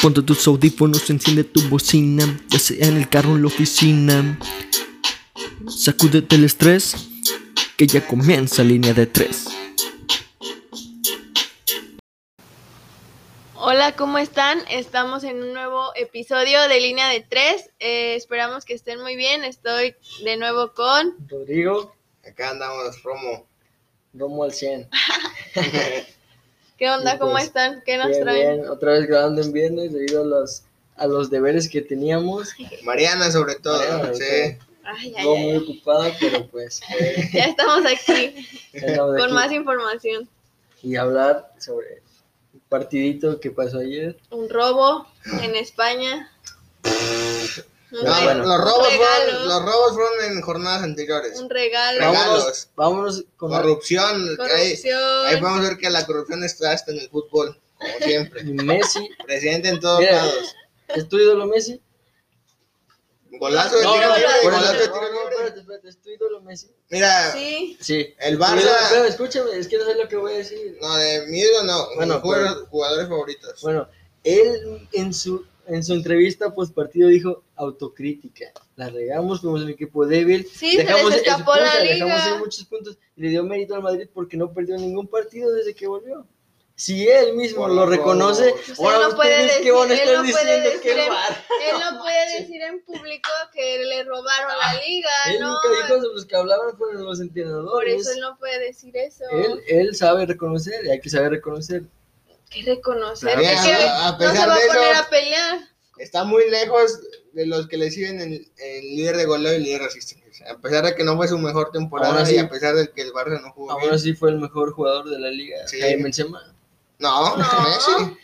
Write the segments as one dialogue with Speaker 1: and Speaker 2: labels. Speaker 1: Ponte tus audífonos, enciende tu bocina, ya sea en el carro o en la oficina. Sacúdete el estrés, que ya comienza línea de tres.
Speaker 2: Hola, ¿cómo están? Estamos en un nuevo episodio de Línea de Tres. Eh, esperamos que estén muy bien. Estoy de nuevo con...
Speaker 3: Rodrigo,
Speaker 4: Acá andamos, Romo.
Speaker 3: Romo al 100.
Speaker 2: ¿Qué onda?
Speaker 3: Sí,
Speaker 2: ¿Cómo
Speaker 3: pues,
Speaker 2: están? ¿Qué nos
Speaker 3: Bien,
Speaker 2: traen?
Speaker 3: bien. Otra vez grabando en viernes debido a los, a los deberes que teníamos.
Speaker 4: Mariana, sobre todo.
Speaker 2: Ah,
Speaker 3: Mariana,
Speaker 4: sí.
Speaker 3: ok.
Speaker 2: Ay, ay,
Speaker 3: Estuvo muy
Speaker 2: ay.
Speaker 3: ocupada, pero pues eh,
Speaker 2: Ya estamos aquí
Speaker 3: ya estamos
Speaker 2: con
Speaker 3: aquí.
Speaker 2: más información.
Speaker 3: Y hablar sobre el partidito que pasó ayer.
Speaker 2: Un robo en España. Un,
Speaker 4: No,
Speaker 2: re-
Speaker 3: bueno.
Speaker 4: los, robos
Speaker 2: Un regalo.
Speaker 4: fueron, los robos fueron en jornadas anteriores.
Speaker 2: un regalo.
Speaker 4: Regalos.
Speaker 3: Vámonos, vámonos con
Speaker 4: Corrupción. Ahí, ahí
Speaker 2: Corrupción.
Speaker 4: vamos a ver que la corrupción está hasta en el fútbol, como siempre.
Speaker 3: y Messi.
Speaker 4: Presidente en todos
Speaker 3: Mira.
Speaker 4: lados.
Speaker 3: ¿Es tu ídolo Messi?
Speaker 4: Golazo de
Speaker 2: No,
Speaker 4: tiro
Speaker 2: no,
Speaker 4: libre,
Speaker 2: no, no,
Speaker 4: golazo de
Speaker 2: no,
Speaker 4: tiro libre.
Speaker 3: espérate, espérate, ¿es tu ídolo Messi?
Speaker 4: Mira,
Speaker 2: Sí.
Speaker 3: Sí.
Speaker 4: El
Speaker 3: Tu
Speaker 4: Barça-
Speaker 3: ídolo- Pero escúchame, es que no sé lo que voy a decir.
Speaker 4: no, de miedo no.
Speaker 3: Bueno,
Speaker 4: Mis jugadores, jugadores favoritos.
Speaker 3: Bueno, él en su, en su entrevista post partido dijo autocrítica. La regamos, fuimos un equipo débil.
Speaker 2: Sí, se les
Speaker 3: en su
Speaker 2: escapó la liga.
Speaker 3: Dejamos en muchos puntos y le dio mérito al Madrid porque no perdió ningún partido desde que volvió. Si él mismo
Speaker 4: Por
Speaker 3: lo
Speaker 4: favor.
Speaker 3: reconoce,
Speaker 4: Pues
Speaker 2: él no puede
Speaker 3: ustedes
Speaker 2: decir-
Speaker 3: qué van a
Speaker 2: él
Speaker 3: estar
Speaker 2: no puede
Speaker 3: diciendo que
Speaker 2: decir-
Speaker 3: el VAR.
Speaker 2: Él no puede decir en público que le robaron la liga,
Speaker 3: Ah, Él
Speaker 2: ¿no?
Speaker 3: nunca dijo de los que hablaban fueron los
Speaker 2: Por
Speaker 3: entrenadores.
Speaker 2: eso él no puede decir eso.
Speaker 3: él, él sabe reconocer, y hay que saber reconocer.
Speaker 2: que reconocer
Speaker 4: Claro,
Speaker 2: que
Speaker 4: a-
Speaker 2: se-
Speaker 4: a
Speaker 2: no se
Speaker 4: pesar
Speaker 2: va a
Speaker 4: de eso-
Speaker 2: poner a pelear.
Speaker 4: Está muy lejos de los que le siguen el, el líder de goleo y líder de asistencia. A pesar de que no fue su mejor temporada
Speaker 3: Aún así-
Speaker 4: y a pesar de que el Barça no jugó
Speaker 3: Aún
Speaker 4: bien.
Speaker 3: así fue el mejor jugador de la liga,
Speaker 4: Sí.
Speaker 3: Karim Benzema.
Speaker 4: No,
Speaker 2: No.
Speaker 4: Messi.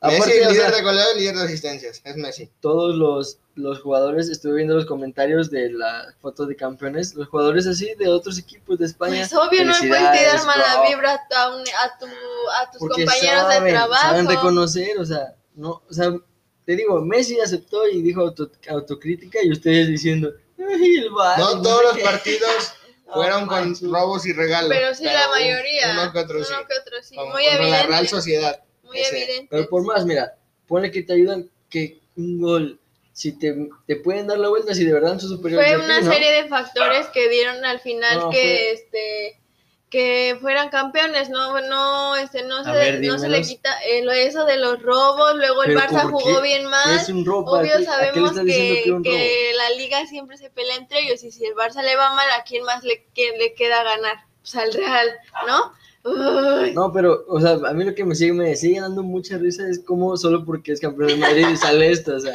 Speaker 3: Aparte,
Speaker 4: Messi,
Speaker 3: o
Speaker 4: líder
Speaker 3: sea,
Speaker 4: de goleo y líder de asistencias. Es Messi.
Speaker 3: todos los, los jugadores, estuve viendo los comentarios de la foto de campeones, los jugadores así de otros equipos de España.
Speaker 2: Pues obvio, no le puedes
Speaker 3: felicidades,
Speaker 2: tirar mala
Speaker 3: bro,
Speaker 2: vibra a, tu- a un- a tu- a tus
Speaker 3: porque
Speaker 2: compañeros de
Speaker 3: saben-
Speaker 2: trabajo.
Speaker 3: Saben reconocer, o sea, no, o sea, te digo, Messi aceptó y dijo auto- autocrítica y ustedes diciendo, "Ay, el VAR",
Speaker 4: No
Speaker 3: y
Speaker 4: todos
Speaker 3: sé
Speaker 4: los
Speaker 3: qué.
Speaker 4: partidos fueron
Speaker 3: No
Speaker 4: con
Speaker 3: manches.
Speaker 4: robos y regalos.
Speaker 2: pero sí, la
Speaker 4: un-
Speaker 2: mayoría.
Speaker 4: Uno que otro sí.
Speaker 2: sí,
Speaker 4: Como-
Speaker 2: Muy
Speaker 4: como la
Speaker 2: evidente.
Speaker 4: Real Sociedad.
Speaker 2: muy
Speaker 4: ese.
Speaker 2: evidente.
Speaker 3: Pero por más, mira, ponle que te ayudan que un gol, si te, te pueden dar la vuelta, si de verdad son superiores.
Speaker 2: Fue
Speaker 3: a ti,
Speaker 2: una
Speaker 3: ¿no?
Speaker 2: serie de factores que dieron al final
Speaker 3: No,
Speaker 2: que
Speaker 3: fue-
Speaker 2: este que fueran campeones, no no este no
Speaker 3: A
Speaker 2: se,
Speaker 3: ver,
Speaker 2: no se le
Speaker 3: dímelos.
Speaker 2: quita eh, lo- eso de los robos, luego el
Speaker 3: Pero
Speaker 2: Barça
Speaker 3: ¿por
Speaker 2: jugó
Speaker 3: qué
Speaker 2: bien mal.
Speaker 3: Es un robo. ¿a qué-
Speaker 2: Obvio
Speaker 3: a qué le
Speaker 2: sabemos
Speaker 3: estás diciendo
Speaker 2: que,
Speaker 3: que un robo?
Speaker 2: que la liga siempre se pelea entre ellos y si el Barça le va mal, ¿a quién más le, quién le queda ganar? Pues al Real, ¿no? Uy,
Speaker 3: No, pero, o sea, a mí lo que me sigue, me sigue dando mucha risa es como solo porque es campeón de Madrid y sale esto, o sea,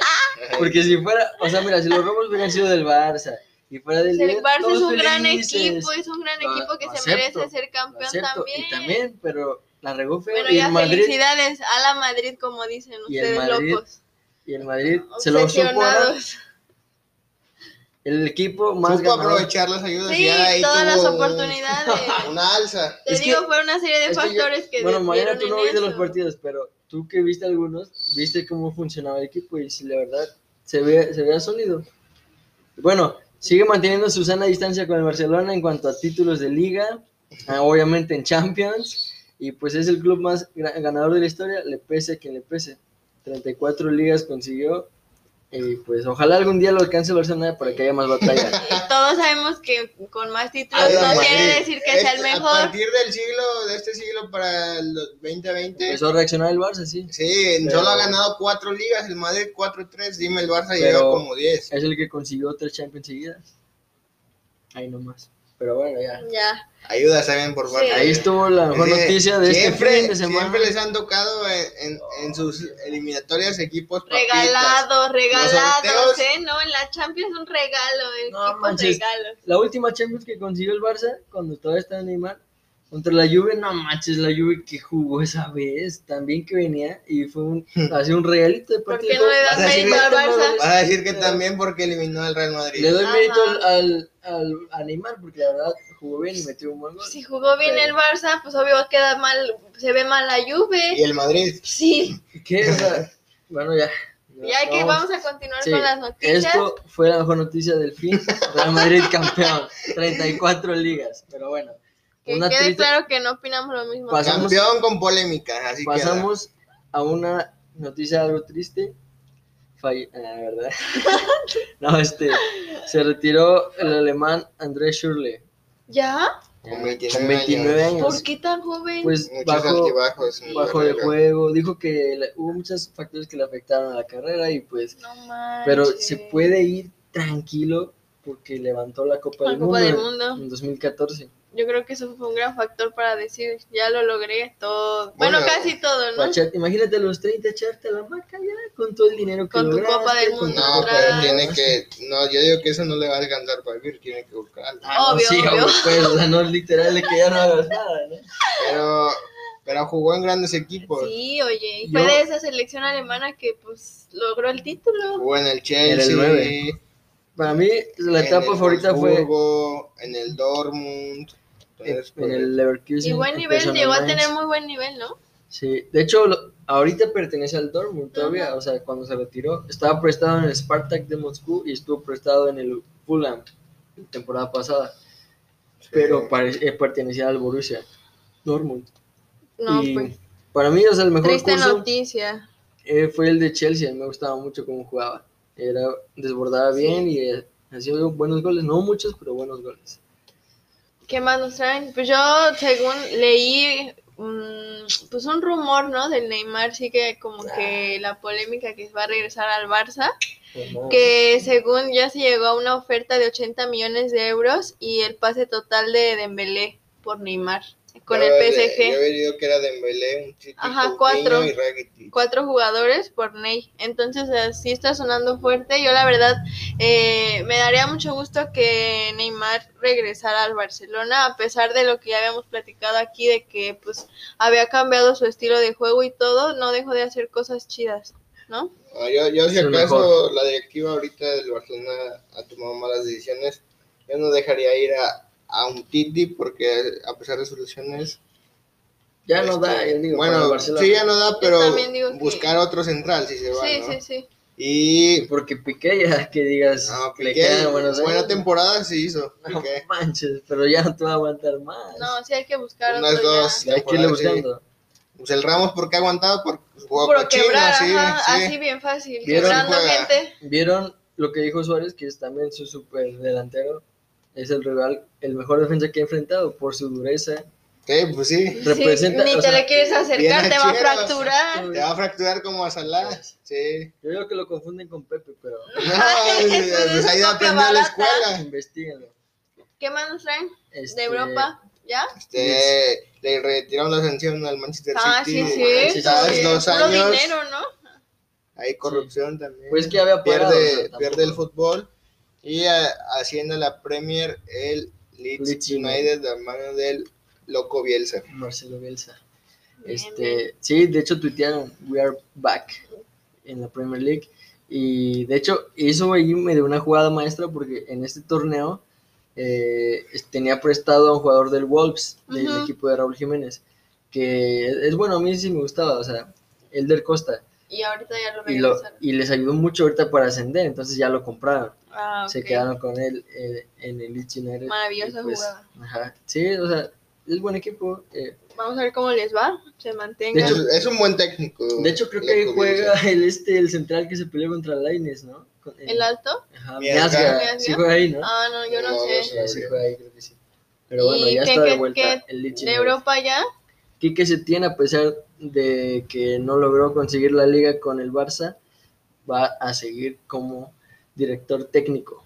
Speaker 3: porque si fuera, o sea, mira, si los robos hubieran sido del Barça y fuera del
Speaker 2: pues el
Speaker 3: Liga,
Speaker 2: Barça es
Speaker 3: todos
Speaker 2: un gran
Speaker 3: felices.
Speaker 2: equipo, es un gran
Speaker 3: Lo-
Speaker 2: equipo que
Speaker 3: lo
Speaker 2: se merece
Speaker 3: acepto,
Speaker 2: ser
Speaker 3: Lo
Speaker 2: campeón
Speaker 3: acepto,
Speaker 2: también.
Speaker 3: Y también, pero la regó feo
Speaker 2: Bueno,
Speaker 3: y,
Speaker 2: ya
Speaker 3: el Madrid,
Speaker 2: felicidades a la Madrid, como dicen
Speaker 3: Y el
Speaker 2: ustedes
Speaker 3: Madrid
Speaker 2: locos.
Speaker 3: y el Madrid se lo supo, dar,
Speaker 2: Obsesionados.
Speaker 3: el equipo más
Speaker 4: Supo
Speaker 3: ganador.
Speaker 4: aprovechar las ayudas y
Speaker 2: Sí,
Speaker 4: ya ahí
Speaker 2: todas las
Speaker 4: tuvo un-
Speaker 2: oportunidades.
Speaker 4: Una alza.
Speaker 2: Te
Speaker 3: Es que-
Speaker 2: digo, fue una serie de
Speaker 3: Es que yo-
Speaker 2: factores que,
Speaker 3: bueno, mañana tú
Speaker 2: dieron
Speaker 3: no
Speaker 2: en
Speaker 3: viste los
Speaker 2: eso.
Speaker 3: partidos, pero tú que viste algunos, viste cómo funcionaba el equipo y si la verdad se ve, se vea sólido. Bueno, sigue manteniendo su sana distancia con el Barcelona en cuanto a títulos de liga, ah, obviamente en Champions, y pues es el club más gra- ganador de la historia, le pese a quien le pese. 34 ligas consiguió, y pues ojalá algún día lo alcance el Barcelona para que haya más batalla.
Speaker 2: Y todos sabemos que con más títulos
Speaker 4: Ay,
Speaker 2: no
Speaker 4: Madrid.
Speaker 2: quiere decir que sea el
Speaker 4: Este- A
Speaker 2: mejor.
Speaker 4: partir del siglo, de este siglo para el 2020.
Speaker 3: Empezó a reaccionar el Barça, sí.
Speaker 4: Sí, en
Speaker 3: Pero-
Speaker 4: solo ha ganado cuatro ligas, el Madrid 4-3, dime el Barça
Speaker 3: Pero-
Speaker 4: lleva como 10.
Speaker 3: Es el que consiguió tres Champions seguidas. Ahí nomás. Pero bueno, ya.
Speaker 2: Ya.
Speaker 4: Ayuda, saben, por favor.
Speaker 2: Sí.
Speaker 3: Ahí estuvo la mejor
Speaker 4: Sí,
Speaker 3: noticia de
Speaker 4: Eh, siempre,
Speaker 3: este fin de semana.
Speaker 4: Siempre les han tocado en, en- en sus eliminatorias equipos papitas.
Speaker 2: Regalado, regalado,
Speaker 4: sorteos.
Speaker 2: ¿eh? No, en la Champions un regalo, el
Speaker 3: No
Speaker 2: equipo
Speaker 3: manches.
Speaker 2: regalo.
Speaker 3: La última Champions que consiguió el Barça, cuando todavía estaba Neymar, contra la Juve, no manches, la Juve que jugó esa vez, también que venía, y fue un, así un regalito de
Speaker 2: ¿Por
Speaker 3: partido.
Speaker 2: qué no le das
Speaker 4: Vas a decir
Speaker 2: mérito al
Speaker 3: que-
Speaker 2: Barça?
Speaker 4: Vas a decir que también porque eliminó al Real Madrid.
Speaker 3: Le doy
Speaker 2: Ajá.
Speaker 3: mérito al, al, al- a Neymar, porque la verdad jugó bien y metió un buen gol.
Speaker 2: Si jugó bien el Barça, pues obvio queda mal, se ve mal la
Speaker 4: Y
Speaker 2: Juve.
Speaker 4: el Madrid.
Speaker 2: Sí,
Speaker 3: ¿Qué? O sea, bueno, ya.
Speaker 2: y hay que vamos a continuar
Speaker 3: Sí,
Speaker 2: con las noticias.
Speaker 3: Esto fue la mejor noticia del fin. Real Madrid campeón. 34 ligas. Pero bueno.
Speaker 2: Que
Speaker 3: una
Speaker 2: quede
Speaker 3: triste-
Speaker 2: claro que no opinamos lo mismo.
Speaker 3: Pasamos-
Speaker 4: Campeón con polémica. Así que
Speaker 3: Pasamos a una noticia algo triste. Falle... ah, ¿verdad? no, este, se retiró el alemán Andrés Schürrle
Speaker 2: ¿Ya?
Speaker 4: Con 29,
Speaker 3: con 29
Speaker 4: años.
Speaker 3: años.
Speaker 2: ¿Por qué tan joven?
Speaker 3: Pues
Speaker 4: Muchos
Speaker 3: bajo,
Speaker 4: altibajos. en la
Speaker 3: bajo de
Speaker 4: carrera.
Speaker 3: juego, dijo que la- hubo muchos factores que le afectaron a la carrera y pues,
Speaker 2: no manches.
Speaker 3: pero se puede ir tranquilo porque levantó la Copa,
Speaker 2: La
Speaker 3: del,
Speaker 2: Copa
Speaker 3: mundo
Speaker 2: del
Speaker 3: en-
Speaker 2: Mundo.
Speaker 3: en 2014.
Speaker 2: Yo creo que eso fue un gran factor para decir, ya lo logré todo. Bueno,
Speaker 4: Bueno,
Speaker 2: casi todo, ¿no?
Speaker 3: Pachate, imagínate a los 30 echarte a la maca ya con todo el dinero que
Speaker 2: Con tu
Speaker 3: lograste,
Speaker 2: Copa del
Speaker 3: con
Speaker 2: Mundo.
Speaker 3: tu
Speaker 4: No,
Speaker 3: Copa del
Speaker 4: pero
Speaker 2: Ah.
Speaker 4: tiene que. No, yo digo que eso no le va a alcanzar para vivir, tiene que buscarlo.
Speaker 3: Ah, no,
Speaker 2: Obvio,
Speaker 3: sí,
Speaker 2: obvio.
Speaker 3: obvio, pues, o sea, no literal de que ya no hagas nada, ¿no?
Speaker 4: Pero, pero jugó en grandes equipos.
Speaker 2: Sí, oye, y
Speaker 3: Yo-
Speaker 2: fue de esa selección alemana que pues logró el título.
Speaker 4: Jugó en el Chelsea.
Speaker 3: En el nueve. Para mí, la
Speaker 4: en
Speaker 3: etapa
Speaker 4: el
Speaker 3: favorita fue
Speaker 4: Wolfsburgo, En el Dortmund.
Speaker 3: en
Speaker 4: Entonces,
Speaker 3: en
Speaker 4: pues,
Speaker 3: el Leverkusen.
Speaker 2: Y buen
Speaker 3: que
Speaker 2: nivel,
Speaker 3: empezó en
Speaker 2: llegó a
Speaker 3: el Mainz.
Speaker 2: tener muy buen nivel, ¿no?
Speaker 3: Sí, de hecho, lo- ahorita pertenece al Dortmund todavía,
Speaker 2: Ajá.
Speaker 3: o sea, cuando se retiró. Estaba prestado en el Spartak de Moscú y estuvo prestado en el Fulham la temporada pasada, pero pare- eh, pertenecía al Borussia Dortmund.
Speaker 2: No,
Speaker 3: Y
Speaker 2: pues.
Speaker 3: Para mí, o sea, el mejor
Speaker 2: Triste
Speaker 3: curso
Speaker 2: noticia.
Speaker 3: eh, fue el de Chelsea, me gustaba mucho cómo jugaba. Era, desbordaba bien y eh, hacía buenos goles, no muchos, pero buenos goles.
Speaker 2: ¿Qué más nos traen? Pues yo, según leí, mm, pues un rumor, ¿no? Del Neymar, sí que como que la polémica que va a regresar al Barça. que según ya se llegó a una oferta de 80 millones de euros y el pase total de Dembélé por Neymar con el
Speaker 4: yo le- Yo
Speaker 2: PSG.
Speaker 4: había leído que era Dembélé, un chico
Speaker 2: Ajá,
Speaker 4: Coutinho
Speaker 2: cuatro.
Speaker 4: y Rakitic.
Speaker 2: Cuatro jugadores por Ney. Entonces así está sonando fuerte. Yo la verdad eh, me daría mucho gusto que Neymar regresara al Barcelona a pesar de lo que ya habíamos platicado aquí de que pues había cambiado su estilo de juego y todo. No dejó de hacer cosas chidas, ¿no?
Speaker 4: No, Ah, yo, yo
Speaker 3: Es
Speaker 4: si
Speaker 3: el
Speaker 4: acaso
Speaker 3: mejor.
Speaker 4: la directiva ahorita del Barcelona ha tomado malas decisiones, yo no dejaría ir a, a un Titi porque a pesar de sus lesiones...
Speaker 3: Ya no
Speaker 4: este,
Speaker 3: da, yo digo, para el
Speaker 4: Bueno,
Speaker 3: Barcelona.
Speaker 4: sí, ya no da, pero
Speaker 2: también digo que-
Speaker 4: buscar otro central si se va,
Speaker 2: Sí,
Speaker 4: ¿no?
Speaker 2: sí, sí.
Speaker 4: Y...
Speaker 3: Porque Piqué ya que digas,
Speaker 4: no,
Speaker 3: le
Speaker 4: Piqué,
Speaker 3: quedan buenos años.
Speaker 4: buena temporada sí hizo.
Speaker 3: No
Speaker 4: Piqué.
Speaker 3: manches, pero ya no te va a aguantar más.
Speaker 2: No, sí hay que buscar
Speaker 4: Unas
Speaker 2: otro ya.
Speaker 4: dos.
Speaker 3: Hay que irle
Speaker 4: temporada, sí.
Speaker 3: buscando.
Speaker 4: Pues el Ramos porque ha aguantado, porque jugó
Speaker 2: Puro
Speaker 4: cochino,
Speaker 2: quebrar,
Speaker 4: sí,
Speaker 2: ajá,
Speaker 4: sí.
Speaker 2: así bien fácil,
Speaker 3: Vieron,
Speaker 2: quebrando
Speaker 4: juega.
Speaker 2: gente.
Speaker 3: ¿Vieron lo que dijo Suárez? Que es también su super delantero. Es el rival, el mejor defensa que ha enfrentado por su dureza.
Speaker 4: Sí, pues sí.
Speaker 3: Representa,
Speaker 2: Sí, ni te
Speaker 3: o sea,
Speaker 2: le quieres acercar,
Speaker 4: bien
Speaker 2: te va a
Speaker 4: hacheros.
Speaker 2: fracturar.
Speaker 4: Te va a fracturar como a Salah. Sí.
Speaker 3: Yo creo que lo confunden con Pepe, pero
Speaker 4: No,
Speaker 2: Eso es
Speaker 4: pues ahí
Speaker 2: una
Speaker 4: aprendió a la
Speaker 2: barata.
Speaker 4: escuela.
Speaker 3: investiguenlo.
Speaker 2: ¿Qué más nos traen?
Speaker 3: Este,
Speaker 2: De Europa, ¿ya?
Speaker 4: Este, le retiraron la sanción al Manchester
Speaker 2: Ah, sí,
Speaker 4: City.
Speaker 2: sí.
Speaker 3: manches,
Speaker 2: sí,
Speaker 4: estás
Speaker 2: sí,
Speaker 4: dos
Speaker 2: puro
Speaker 4: años.
Speaker 2: dinero, ¿no?
Speaker 4: Hay corrupción también.
Speaker 3: Pues que ya había parado, o sea,
Speaker 4: pierde,
Speaker 3: tampoco.
Speaker 4: pierde el fútbol. Y a- haciendo la Premier, el Leeds,
Speaker 3: Leeds
Speaker 4: United, a mano del loco Bielsa.
Speaker 3: Marcelo Bielsa.
Speaker 2: Bien,
Speaker 3: Este, sí, de hecho tuitearon We are back en la Premier League y de hecho eso ahí me dio una jugada maestra porque en este torneo eh, es- tenía prestado a un jugador del Wolves, del
Speaker 2: Ujú.
Speaker 3: equipo de Raúl Jiménez, que es, es bueno, a mí sí me gustaba, o sea, el del Costa
Speaker 2: Y ahorita ya lo
Speaker 3: y, lo,
Speaker 2: regresaron.
Speaker 3: y les ayudó mucho ahorita para ascender, entonces ya lo compraron,
Speaker 2: Ah, ok.
Speaker 3: se quedaron con él eh, en el Leeds United.
Speaker 2: Maravillosa
Speaker 3: y pues,
Speaker 2: jugada.
Speaker 3: ajá, sí, o sea, es buen equipo. eh,
Speaker 2: Vamos a ver cómo les va, se mantengan.
Speaker 4: De hecho, es un buen técnico.
Speaker 3: De hecho, creo que ahí
Speaker 4: Loco
Speaker 3: juega
Speaker 4: Bielsa.
Speaker 3: el, este, el central que se peleó contra Laines, ¿no? Con- en-
Speaker 2: ¿El alto?
Speaker 3: Ajá,
Speaker 4: Miazga.
Speaker 3: Miazga. Sí juega ahí, ¿no?
Speaker 2: Ah, no, yo no,
Speaker 4: No, no
Speaker 2: sé.
Speaker 4: sé.
Speaker 3: sí juega ahí, creo que sí. Pero bueno,
Speaker 2: ¿Y
Speaker 3: ya
Speaker 2: qué-
Speaker 3: está de
Speaker 2: qué-
Speaker 3: vuelta
Speaker 2: qué
Speaker 3: el Leeds
Speaker 2: ¿De
Speaker 3: United.
Speaker 2: Europa ya?
Speaker 3: Quique Setién, a pesar de que no logró conseguir la liga con el Barça, va a seguir como director técnico.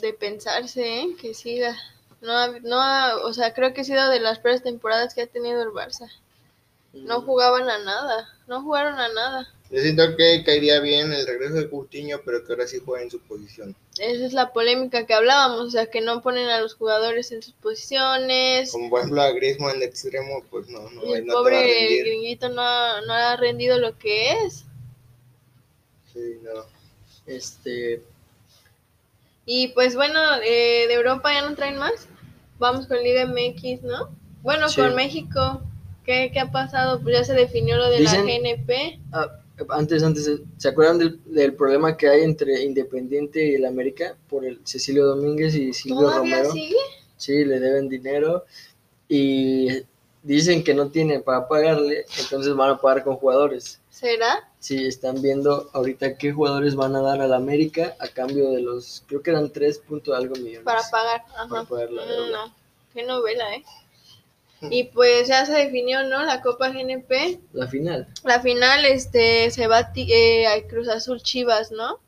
Speaker 2: de pensarse, ¿eh? Que siga. No, ha- no, ha- o sea, creo que ha sido de las peores temporadas que ha tenido el Barça. No jugaban a nada, no jugaron a nada.
Speaker 4: Yo siento que caería bien el regreso de Coutinho, pero que ahora sí juega en su posición.
Speaker 2: Esa es la polémica que hablábamos, o sea, que no ponen a los jugadores en sus posiciones.
Speaker 4: Como por ejemplo a Griezmann de extremo, pues no, no,
Speaker 2: Y
Speaker 4: ahí
Speaker 2: el
Speaker 4: no te va a
Speaker 2: pobre
Speaker 4: rendir.
Speaker 2: gringuito no ha, no ha rendido lo que es.
Speaker 4: Sí, no.
Speaker 3: Este,
Speaker 2: Y pues bueno, eh, de Europa ya no traen más. Vamos con Liga MX, ¿no? Bueno,
Speaker 3: Sí.
Speaker 2: con México, ¿qué, ¿qué ha pasado? Pues ya se definió lo de
Speaker 3: Dicen-
Speaker 2: la GNP.
Speaker 3: ah, antes, antes, ¿se acuerdan del, del problema que hay entre Independiente y el América por el Cecilio Domínguez y Silvio
Speaker 2: ¿Todavía
Speaker 3: Romero?
Speaker 2: sigue?
Speaker 3: Sí, le deben dinero. Y dicen que no tienen para pagarle, entonces van a pagar con jugadores.
Speaker 2: ¿Será?
Speaker 3: Sí, están viendo ahorita qué jugadores van a dar al América a cambio de los, creo que eran 3 punto algo millones.
Speaker 2: Para pagar. Ajá.
Speaker 4: Para poder la
Speaker 2: Mm,
Speaker 4: deuda.
Speaker 2: no. Qué novela, ¿eh? Y pues ya se definió, ¿no? La Copa GNP.
Speaker 3: La final.
Speaker 2: La final este, se va Ti- eh, a Cruz Azul Chivas, ¿no?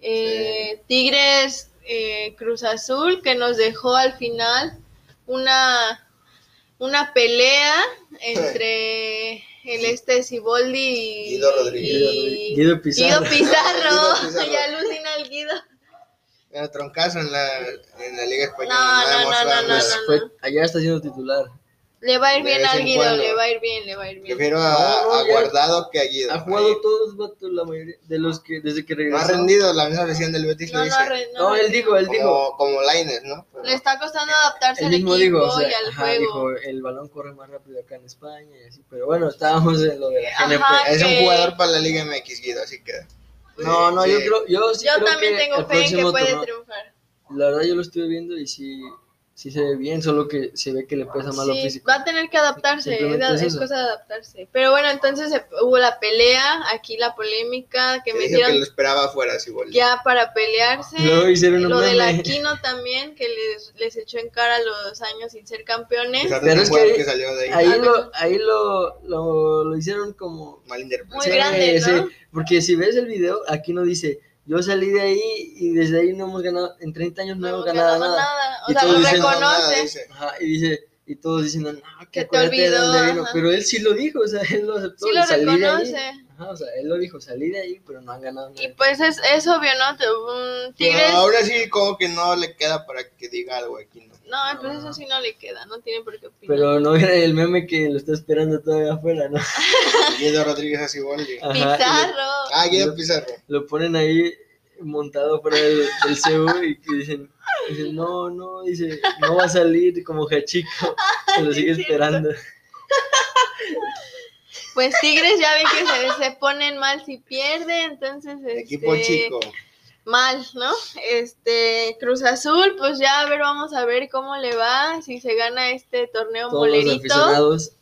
Speaker 2: Eh, Tigres eh, Cruz Azul, que nos dejó al final una, una pelea entre el este Siboldi y
Speaker 4: Guido Rodríguez.
Speaker 2: y-
Speaker 3: Guido Pizarro.
Speaker 2: Guido Pizarro.
Speaker 4: Guido Pizarro.
Speaker 2: y alucina el Guido.
Speaker 4: Era troncazo en la, en la Liga Española.
Speaker 2: No, no,
Speaker 4: de
Speaker 2: no,
Speaker 4: Mozart,
Speaker 2: no,
Speaker 4: nada.
Speaker 2: no,
Speaker 3: Pues
Speaker 2: no.
Speaker 3: fue- allá está siendo titular.
Speaker 2: Le va a ir
Speaker 4: De
Speaker 2: bien
Speaker 4: vez
Speaker 2: al
Speaker 4: en
Speaker 2: Guido,
Speaker 4: cuando.
Speaker 2: le va a ir bien, le va a ir bien.
Speaker 4: Prefiero a,
Speaker 3: No, no,
Speaker 4: a
Speaker 3: ya-
Speaker 4: Guardado que a Guido.
Speaker 3: Ha jugado todos, vato, la mayoría de los que desde que
Speaker 4: No
Speaker 3: regresó.
Speaker 4: ha rendido, la misma afición del Betis
Speaker 2: No,
Speaker 4: lo
Speaker 2: no,
Speaker 4: dice.
Speaker 2: re- no,
Speaker 3: No,
Speaker 2: re-
Speaker 3: él dijo, él dijo.
Speaker 4: como, como Lainez, ¿no?
Speaker 2: Le está costando adaptarse
Speaker 3: Él
Speaker 2: al
Speaker 3: mismo
Speaker 2: equipo
Speaker 3: dijo, o sea,
Speaker 2: y al
Speaker 3: ajá,
Speaker 2: juego.
Speaker 3: dijo, el balón corre más rápido acá en España y así, pero bueno, estábamos en lo de la
Speaker 2: Ajá.
Speaker 3: GNP.
Speaker 4: es
Speaker 2: que-
Speaker 4: un jugador para la Liga MX, Guido, así que.
Speaker 3: No, no, yo
Speaker 4: Pues, Sí.
Speaker 3: creo, yo sí
Speaker 2: Yo
Speaker 3: creo
Speaker 2: también
Speaker 3: que
Speaker 2: tengo
Speaker 3: el
Speaker 2: fe en que
Speaker 3: próximo
Speaker 2: puede
Speaker 3: torneo-
Speaker 2: triunfar.
Speaker 3: La verdad yo lo estuve viendo y sí, sí se ve bien, solo que se ve que le pesa más lo
Speaker 2: Sí,
Speaker 3: físico.
Speaker 2: va a tener que adaptarse, es,
Speaker 3: Simplemente es
Speaker 2: es
Speaker 3: eso.
Speaker 2: cosa de adaptarse. Pero bueno, entonces eh, hubo la pelea, aquí la polémica que
Speaker 4: Que dijo que
Speaker 2: metieron
Speaker 4: lo esperaba afuera, si volvió.
Speaker 2: ya para pelearse.
Speaker 3: Luego hicieron un
Speaker 2: Lo del
Speaker 3: meme.
Speaker 2: Aquino también, que les, les echó en cara los años sin ser
Speaker 4: A
Speaker 2: campeones.
Speaker 4: pesar de
Speaker 3: Pero
Speaker 4: que
Speaker 3: es
Speaker 4: fue el
Speaker 3: que
Speaker 4: que salió de ahí.
Speaker 3: Ahí lo, ahí lo, lo, lo hicieron como...
Speaker 4: Mal
Speaker 2: Muy
Speaker 4: interpretado.
Speaker 2: grande, ¿no?
Speaker 3: porque si ves el video, aquí no dice, yo salí de ahí y desde ahí no hemos ganado, en 30 años no, hemos ganado nada.
Speaker 2: nada. O
Speaker 3: Y
Speaker 2: sea,
Speaker 3: todos
Speaker 2: lo
Speaker 3: dicen, "No,
Speaker 2: reconoce.
Speaker 3: Ajá, y dice, y todos diciendo, no, que
Speaker 2: Que te
Speaker 3: acuérdate de
Speaker 2: olvidó,
Speaker 3: dónde vino",
Speaker 2: ajá.
Speaker 3: pero él sí lo dijo, o sea, él lo aceptó.
Speaker 2: Sí
Speaker 3: y
Speaker 2: lo
Speaker 3: salí de ahí.
Speaker 2: reconoce.
Speaker 3: Ajá, o sea, él lo dijo, salí de ahí, pero no han ganado nada.
Speaker 2: Y pues es, es obvio, ¿no? Te- un Tigres.
Speaker 4: Pero ahora sí, como que no le queda para que diga algo aquí, ¿no?
Speaker 2: No, pues eso sí no le queda, no tiene por qué opinar.
Speaker 3: Pero no era el meme que lo está esperando todavía afuera, ¿no?
Speaker 4: Guido Rodríguez así volvió.
Speaker 3: Ajá, y lo-
Speaker 2: Pizarro.
Speaker 4: Ah, Guido Pizarro.
Speaker 3: lo ponen ahí montado fuera del, del CU y que dicen, dicen, no, no, dice, no va a salir como Hachico, que lo
Speaker 2: sí,
Speaker 3: sigue
Speaker 2: es
Speaker 3: esperando.
Speaker 2: Pues Tigres ya ven que se, se ponen mal si pierde, entonces
Speaker 4: Equipo
Speaker 2: este,
Speaker 4: chico.
Speaker 2: mal, ¿no? Este Cruz Azul, pues ya a ver, vamos a ver cómo le va, si se gana este torneo
Speaker 3: Todos los
Speaker 2: molerito.
Speaker 3: aficionados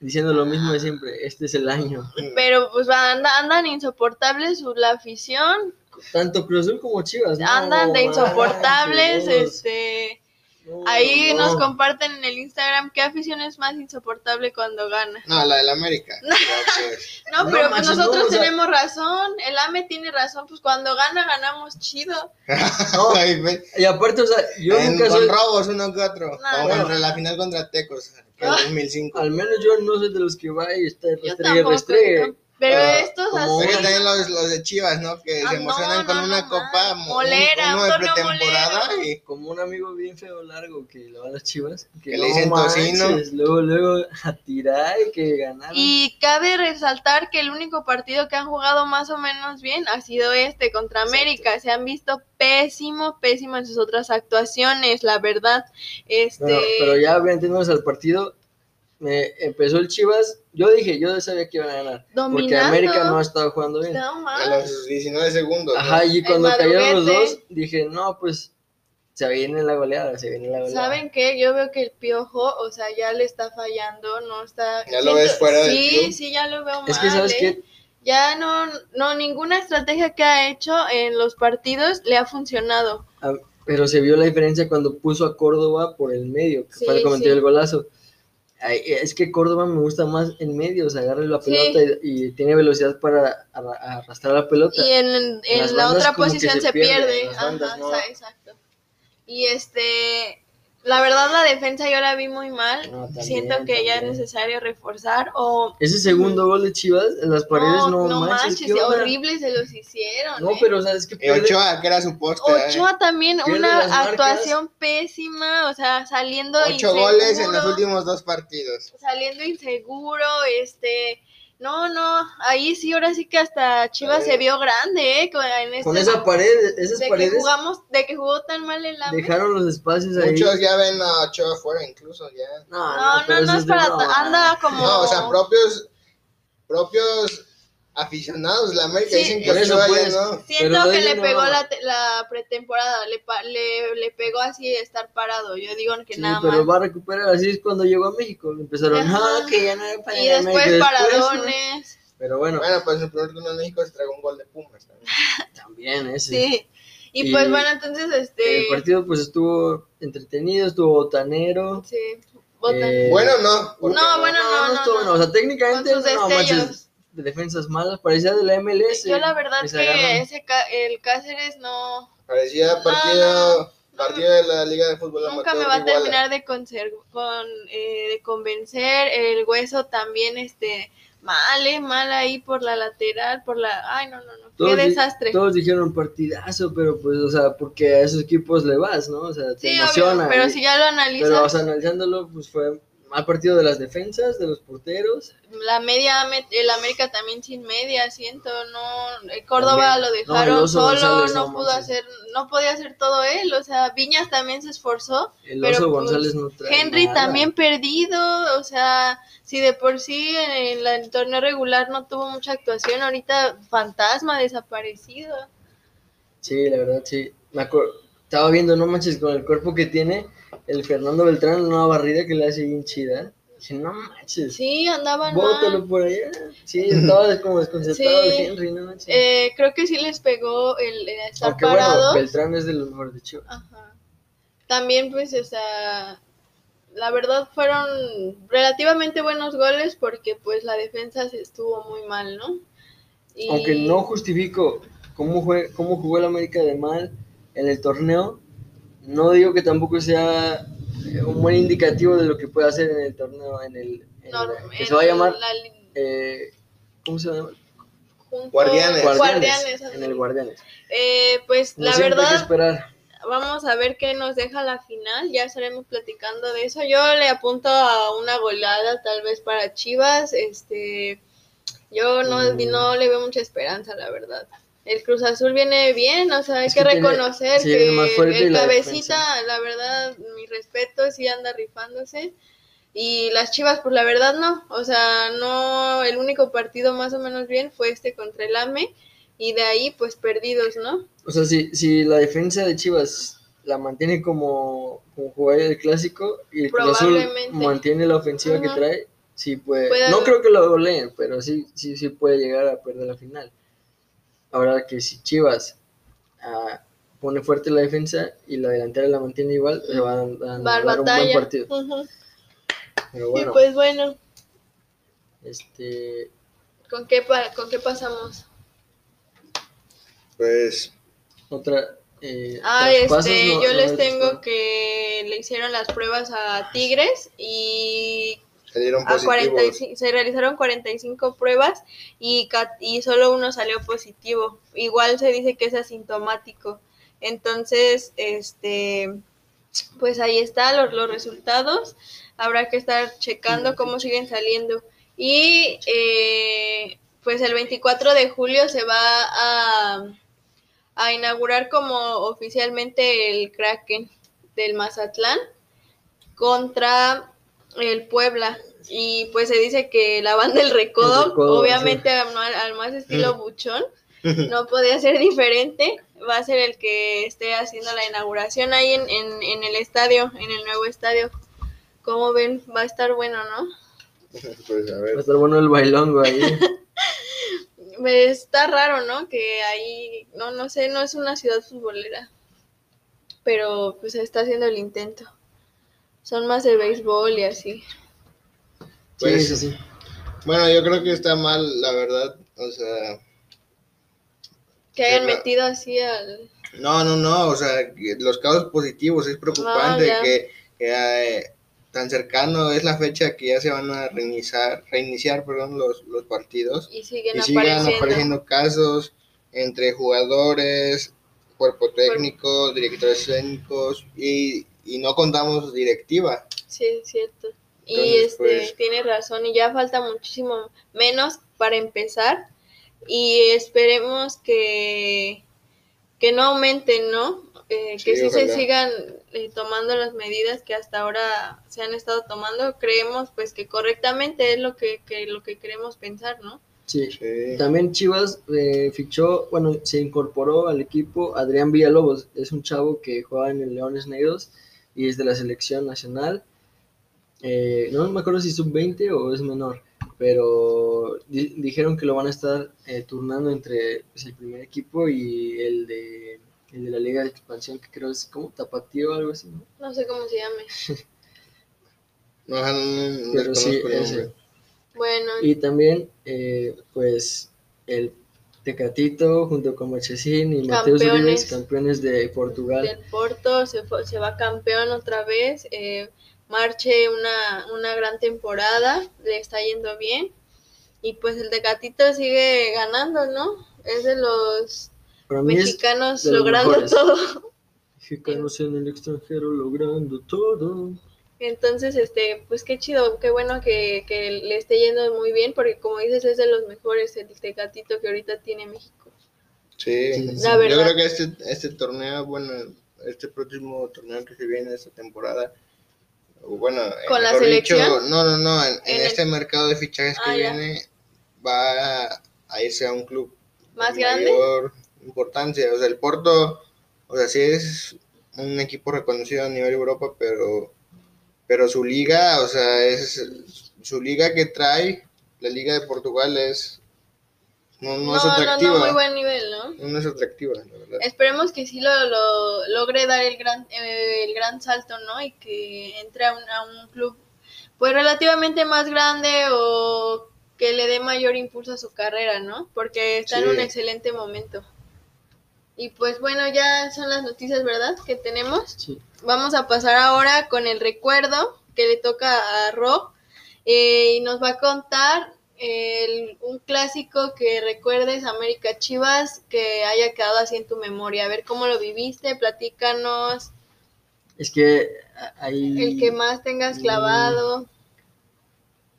Speaker 3: diciendo lo mismo de siempre, este es el año.
Speaker 2: Pero pues va- anda- andan insoportables su- la afición,
Speaker 3: Tanto Cruz Azul como Chivas. ¿no?
Speaker 2: andan de
Speaker 3: manches,
Speaker 2: insoportables,
Speaker 3: no,
Speaker 2: este
Speaker 3: no,
Speaker 2: ahí
Speaker 3: no.
Speaker 2: nos comparten en el Instagram qué afición es más insoportable cuando gana.
Speaker 4: No, la del América. Ya, pues,
Speaker 2: No,
Speaker 3: No
Speaker 2: pero pues
Speaker 3: manches, no,
Speaker 2: nosotros
Speaker 3: o sea-
Speaker 2: tenemos razón, el AME tiene razón, pues cuando gana ganamos chido.
Speaker 3: No.
Speaker 4: ahí ve.
Speaker 3: Y aparte, o sea, yo
Speaker 4: En-
Speaker 3: nunca
Speaker 4: con
Speaker 3: soy,
Speaker 4: robos uno que otro.
Speaker 2: No,
Speaker 4: como
Speaker 2: no.
Speaker 4: contra la final contra Tecos, que en
Speaker 2: Ah.
Speaker 4: 2005.
Speaker 3: al menos yo no soy de los que va y está
Speaker 2: Yo
Speaker 3: restregue,
Speaker 2: tampoco.
Speaker 3: restregue.
Speaker 2: yo- Pero
Speaker 3: Ah,
Speaker 2: estos
Speaker 3: como
Speaker 2: así.
Speaker 4: Pero que también los, los de Chivas, ¿no? Que
Speaker 2: Ah,
Speaker 4: se
Speaker 2: no,
Speaker 4: emocionan con
Speaker 2: no,
Speaker 4: una
Speaker 2: no,
Speaker 4: copa
Speaker 2: no.
Speaker 4: mo-
Speaker 2: Molera,
Speaker 4: uno
Speaker 2: un
Speaker 4: de
Speaker 2: torneo
Speaker 4: pretemporada
Speaker 2: molero.
Speaker 4: y
Speaker 3: como un amigo bien feo largo que le va a las chivas.
Speaker 4: Que le dicen tocino.
Speaker 3: Luego, luego a tirar y que ganaron.
Speaker 2: Y cabe resaltar que el único partido que han jugado más o menos bien ha sido este contra América. Se han visto pésimo, pésimo en sus otras actuaciones, la verdad. Este,
Speaker 3: Bueno, pero ya metiéndonos al partido, me empezó el Chivas. Yo dije, yo sabía que iban a ganar. Porque
Speaker 2: Dominando.
Speaker 3: América no ha estado jugando bien.
Speaker 2: no,
Speaker 4: a
Speaker 2: ma.
Speaker 4: los 19 segundos. ¿no?
Speaker 3: Ajá, y
Speaker 2: El
Speaker 3: cuando cayeron los
Speaker 2: madruguete.
Speaker 3: dos, dije, no, pues se viene la goleada, se viene la goleada.
Speaker 2: ¿Saben qué? Yo veo que el piojo, o sea, ya le está fallando, no está.
Speaker 4: Ya lo ves fuera del
Speaker 2: Sí,
Speaker 4: club.
Speaker 2: sí, ya lo veo mal.
Speaker 3: Es que, ¿sabes
Speaker 2: ¿eh?
Speaker 3: qué?
Speaker 2: Ya no, no, ninguna estrategia que ha hecho en los partidos le ha funcionado.
Speaker 3: Ah, Pero se vio la diferencia cuando puso a Córdoba por el medio, que
Speaker 2: Sí,
Speaker 3: fue el que cometió
Speaker 2: sí.
Speaker 3: el golazo. Ay, Es que Córdoba me gusta más en medio, o sea, agarra la
Speaker 2: Sí.
Speaker 3: pelota y, y tiene velocidad para arra- arrastrar la pelota.
Speaker 2: Y en, en
Speaker 3: las
Speaker 2: la
Speaker 3: bandas
Speaker 2: otra
Speaker 3: como que
Speaker 2: posición se,
Speaker 3: se
Speaker 2: pierde.
Speaker 3: pierde, las
Speaker 2: Ajá,
Speaker 3: bandas, ¿no?
Speaker 2: sa- exacto. Y este, la verdad la defensa yo la vi muy mal.
Speaker 3: No, también,
Speaker 2: Siento que ya es
Speaker 3: también.
Speaker 2: necesario reforzar o...
Speaker 3: Ese segundo gol de Chivas, en las paredes no, manches,
Speaker 2: manches,
Speaker 3: ¿qué onda?
Speaker 2: horrible se los hicieron.
Speaker 3: No,
Speaker 2: ¿eh?
Speaker 3: pero o sea, es que
Speaker 4: Y
Speaker 3: pierde-
Speaker 4: Ochoa, que era su poste. ¿eh?
Speaker 2: Ochoa también,
Speaker 3: Pierde
Speaker 2: una
Speaker 3: las marcas.
Speaker 2: actuación pésima, o sea, saliendo
Speaker 4: Ocho goles en los
Speaker 2: inseguro.
Speaker 4: últimos dos partidos.
Speaker 2: saliendo inseguro, este, no, no, ahí sí, ahora sí que hasta Chivas se vio grande, eh, con, en este-
Speaker 3: con esa pared, esas
Speaker 2: de que
Speaker 3: paredes
Speaker 2: jugamos, de que jugó tan mal el AME.
Speaker 3: dejaron los espacios ahí.
Speaker 4: Muchos ya ven a Ochoa afuera, incluso ya.
Speaker 3: No, no,
Speaker 2: No, no,
Speaker 3: pero
Speaker 2: no,
Speaker 3: eso
Speaker 2: es para,
Speaker 3: de-
Speaker 2: ta- anda como,
Speaker 4: No, o sea, propios, propios aficionados de la América
Speaker 2: Sí.
Speaker 4: dicen que
Speaker 3: Por
Speaker 4: se
Speaker 3: eso,
Speaker 4: vaya,
Speaker 3: pues.
Speaker 4: ¿no?
Speaker 2: Siento
Speaker 3: Pero
Speaker 2: que
Speaker 3: Dale
Speaker 2: le
Speaker 3: no.
Speaker 2: pegó la, te- la pretemporada, le, pa- le, le pegó así de estar parado. Yo digo que
Speaker 3: Sí,
Speaker 2: nada
Speaker 3: pero
Speaker 2: más.
Speaker 3: va a recuperar así es cuando llegó a México. Empezaron,
Speaker 2: Ajá.
Speaker 3: ah, que ya no era para
Speaker 2: Y
Speaker 3: la América",
Speaker 2: después
Speaker 3: ¿no?
Speaker 2: paradones.
Speaker 3: Pero bueno,
Speaker 4: Bueno, pues en el primer turno de México se tragó un gol de Pumas también.
Speaker 3: también ese.
Speaker 2: Sí. Y,
Speaker 3: Y-
Speaker 2: pues bueno, entonces
Speaker 3: El
Speaker 2: este.
Speaker 3: partido pues estuvo entretenido, estuvo botanero.
Speaker 2: Sí. Botan.
Speaker 3: Eh,
Speaker 4: Bueno, no. porque
Speaker 2: No, bueno, no, no,
Speaker 3: estuvo
Speaker 2: no.
Speaker 3: bueno. O sea, técnicamente
Speaker 2: Con sus
Speaker 3: no
Speaker 2: destellos.
Speaker 3: manches, de defensas malas, parecía de la MLS.
Speaker 2: Yo la verdad
Speaker 3: que
Speaker 2: que
Speaker 3: se agarran.
Speaker 2: ese ca- el Cáceres no
Speaker 4: Parecía
Speaker 2: No, no,
Speaker 4: partido, partido de la Liga de Fútbol
Speaker 2: nunca
Speaker 4: Amateur
Speaker 2: me va a
Speaker 4: de Iguala.
Speaker 2: terminar de conser- con, eh, de convencer el hueso también este mal eh, mal ahí por la lateral por la ay no no no qué
Speaker 3: Todos di-
Speaker 2: desastre
Speaker 3: Todos dijeron partidazo, pero pues, o sea, porque a esos equipos le vas, ¿no? O sea, te
Speaker 2: sí
Speaker 3: emociona.
Speaker 2: obvio pero
Speaker 3: y-
Speaker 2: si ya lo
Speaker 3: pero, o
Speaker 2: analizas
Speaker 3: sea, analizándolo, pues fue mal partido de las defensas, de los porteros.
Speaker 2: la media me- el América también sin media siento no el Córdoba
Speaker 3: También.
Speaker 2: lo
Speaker 3: No,
Speaker 2: dejaron
Speaker 3: el Oso
Speaker 2: solo
Speaker 3: González,
Speaker 2: no,
Speaker 3: no
Speaker 2: pudo
Speaker 3: manches.
Speaker 2: hacer no podía hacer todo él o sea Viñas también se esforzó
Speaker 3: El
Speaker 2: Pero,
Speaker 3: oso
Speaker 2: pues,
Speaker 3: González no trae
Speaker 2: Henry
Speaker 3: nada.
Speaker 2: también perdido, o sea, si de por sí en el, el torneo regular no tuvo mucha actuación, ahorita fantasma desaparecido.
Speaker 3: Sí, la verdad, sí. Me acuer- Estaba viendo, no manches, con el cuerpo que tiene el Fernando Beltrán, una barrida que le hace bien chida. Dije, no manches,
Speaker 2: Sí, andaban
Speaker 3: bótalo
Speaker 2: mal.
Speaker 3: por allá. Sí, estaba des- como desconcertado
Speaker 2: Sí.
Speaker 3: el Henry, no manches.
Speaker 2: Eh, creo que sí les pegó el, el estar
Speaker 3: Aunque bueno, pues-
Speaker 2: parados.
Speaker 3: Beltrán es de los mejores de Chivas.
Speaker 2: Ajá. También, pues, o sea, la verdad fueron relativamente buenos goles porque, pues, la defensa se estuvo muy mal, ¿no? Y-
Speaker 3: Aunque no justifico cómo, jue- cómo jugó el América de mal en el torneo, no digo que tampoco sea eh, un buen indicativo de lo que puede hacer en el torneo, en el... en
Speaker 2: no,
Speaker 3: la- que
Speaker 2: en
Speaker 3: se va a llamar...
Speaker 2: la li-
Speaker 3: eh, ¿Cómo se llama?
Speaker 2: junto-
Speaker 4: Guardianes.
Speaker 2: Guardianes,
Speaker 3: En el Guardianes.
Speaker 2: Eh, pues
Speaker 3: Como
Speaker 2: la
Speaker 3: siempre pues. hay que
Speaker 2: verdad,
Speaker 3: esperar.
Speaker 2: vamos a ver qué nos deja la final. Ya estaremos platicando de eso. Yo le apunto a una goleada, tal vez para Chivas. Este, yo no,
Speaker 3: Mm.
Speaker 2: no le veo mucha esperanza, la verdad. El Cruz Azul viene bien, o sea, hay
Speaker 3: Es
Speaker 2: que,
Speaker 3: que tiene-
Speaker 2: reconocer
Speaker 3: sí, viene más
Speaker 2: que el,
Speaker 3: fuerte y la
Speaker 2: cabecita, la verdad, mi respeto, sí anda rifándose. Y las Chivas, pues la verdad no, o sea, no, el único partido más o menos bien fue este contra el AME y de ahí pues perdidos, ¿no?
Speaker 3: O sea, si, si la defensa de Chivas la mantiene como, como jugador del clásico y el Cruz Azul
Speaker 2: Probablemente.
Speaker 3: mantiene la ofensiva
Speaker 2: Ajá.
Speaker 3: que trae, sí puede.
Speaker 2: Puede
Speaker 3: no
Speaker 2: haber-
Speaker 3: creo que lo goleen, pero sí, sí, sí puede llegar a perder la final. Ahora que si Chivas ah, pone fuerte la defensa y la delantera la mantiene igual, le van a
Speaker 2: Va
Speaker 3: dar
Speaker 2: al
Speaker 3: un buen
Speaker 2: batalla.
Speaker 3: partido.
Speaker 2: Ujú.
Speaker 3: Pero bueno,
Speaker 2: Y pues bueno,
Speaker 3: este,
Speaker 2: ¿con qué, pa- ¿con qué pasamos?
Speaker 4: Pues
Speaker 3: otra. eh,
Speaker 2: Ah,
Speaker 3: traspasos,
Speaker 2: este,
Speaker 3: no-
Speaker 2: yo
Speaker 3: no
Speaker 2: les
Speaker 3: hay
Speaker 2: tengo
Speaker 3: traspasos.
Speaker 2: que le hicieron las pruebas a Tigres y
Speaker 4: salieron
Speaker 2: a
Speaker 4: positivos.
Speaker 2: 45 se realizaron 45 pruebas y, ca- y solo uno salió positivo. Igual se dice que es asintomático. Entonces, este, pues ahí están los, los resultados. Habrá que estar checando cómo siguen saliendo. Y eh, pues el 24 de julio se va a, a inaugurar como oficialmente el Kraken del Mazatlán contra el Puebla. Y pues se dice que la banda del recodo,
Speaker 3: El Recodo, Mm.
Speaker 2: obviamente al, ma- al más estilo buchón, no podía ser diferente. Va a ser el que esté haciendo la inauguración ahí en, en- en el estadio, en el nuevo estadio. Como ven, va a estar bueno, ¿no?
Speaker 4: pues a
Speaker 3: Va a
Speaker 4: ver.
Speaker 3: estar bueno el bailongo ahí.
Speaker 2: Está raro, ¿no? Que ahí, no, no sé, no es una ciudad futbolera. Pero pues se está haciendo el intento. Son más de béisbol y así.
Speaker 4: Pues-
Speaker 3: sí, sí, sí.
Speaker 4: Bueno, yo creo que está mal, la verdad. O sea,
Speaker 2: Que hayan
Speaker 4: Sí, la-
Speaker 2: metido así al...
Speaker 4: No, no, no, o sea, que los casos positivos es
Speaker 2: Ah,
Speaker 4: preocupante
Speaker 2: ya.
Speaker 4: que, que, eh, tan cercano es la fecha que ya se van a reiniciar, reiniciar perdón, los, los partidos
Speaker 2: Y siguen
Speaker 4: y sigan
Speaker 2: apareciendo.
Speaker 4: apareciendo. casos entre jugadores, cuerpo técnico, directores técnicos y, y no contamos directiva.
Speaker 2: Sí, es cierto. y
Speaker 4: Entonces,
Speaker 2: este,
Speaker 4: pues-
Speaker 2: tiene razón, y ya falta muchísimo menos para empezar. Y esperemos que, que no aumenten, ¿no? Eh, que
Speaker 4: Sí,
Speaker 2: sí se
Speaker 4: ojalá.
Speaker 2: sigan eh, tomando las medidas que hasta ahora se han estado tomando. Creemos pues que correctamente es lo que, que- lo que queremos pensar, ¿no?
Speaker 3: Sí.
Speaker 4: Sí.
Speaker 3: También Chivas eh, fichó, bueno, se incorporó al equipo Adrián Villalobos. Es un chavo que juega en el Leones Negros y es de la selección nacional. Eh, no me acuerdo si sub-20 o es menor, pero di- dijeron que lo van a estar eh, turnando entre pues, el primer equipo y el de, el de la Liga de Expansión, que creo es como Tapatío o algo así, ¿no?
Speaker 2: No sé cómo se llame.
Speaker 4: No, ajá, no, no, no
Speaker 3: Pero sí,
Speaker 4: desconozco el
Speaker 3: ese.
Speaker 4: nombre.
Speaker 2: Bueno,
Speaker 3: Y también, eh, pues, el Tecatito junto con Marchesín y Mateus
Speaker 2: Campeones.
Speaker 3: Uribe, campeones de Portugal.
Speaker 2: del Porto se, fue- se va campeón otra vez. eh, Marche una, una gran temporada, le está yendo bien. Y pues el de Gatito sigue ganando, ¿no? Es de los
Speaker 3: Para mí es
Speaker 2: mexicanos
Speaker 3: de los
Speaker 2: logrando
Speaker 3: mejores.
Speaker 2: todo.
Speaker 3: mexicanos en el extranjero logrando todo.
Speaker 2: Entonces, este, pues qué chido, qué bueno que, que le esté yendo muy bien, porque como dices, es de los mejores el Tecatito que ahorita tiene México.
Speaker 4: Sí,
Speaker 3: Sí,
Speaker 2: La verdad.
Speaker 4: yo creo que este, este torneo, bueno, este próximo torneo que se viene esta temporada, o bueno, eh,
Speaker 2: ¿Con la
Speaker 4: mejor dicho,
Speaker 2: selección?
Speaker 4: no, no, no, en, en
Speaker 2: En el-
Speaker 4: este mercado de fichajes que
Speaker 2: Ah, ya.
Speaker 4: viene va a, a irse a un club
Speaker 2: ¿Más
Speaker 4: de
Speaker 2: grande?
Speaker 4: mayor importancia. O sea, el Porto, o sea, sí es un equipo reconocido a nivel Europa, pero, pero su liga, o sea, es su liga que trae, la liga de Portugal es... No, no,
Speaker 2: No,
Speaker 4: es
Speaker 2: no,
Speaker 4: atractiva
Speaker 2: no, muy buen nivel, ¿no?
Speaker 4: no es atractiva, la verdad.
Speaker 2: Esperemos que sí lo, lo- logre dar el gran, eh, el gran salto, ¿no? Y que entre a un, a un club pues relativamente más grande o que le dé mayor impulso a su carrera, ¿no? Porque está en
Speaker 4: Sí.
Speaker 2: un excelente momento. Y pues bueno, ya son las noticias, ¿verdad? Que tenemos.
Speaker 3: Sí.
Speaker 2: Vamos a pasar ahora con el recuerdo que le toca a Rob eh, y nos va a contar el- un clásico que recuerdes, América Chivas, que haya quedado así en tu memoria. A ver cómo lo viviste, platícanos,
Speaker 3: Es que a- hay.
Speaker 2: el que más tengas clavado.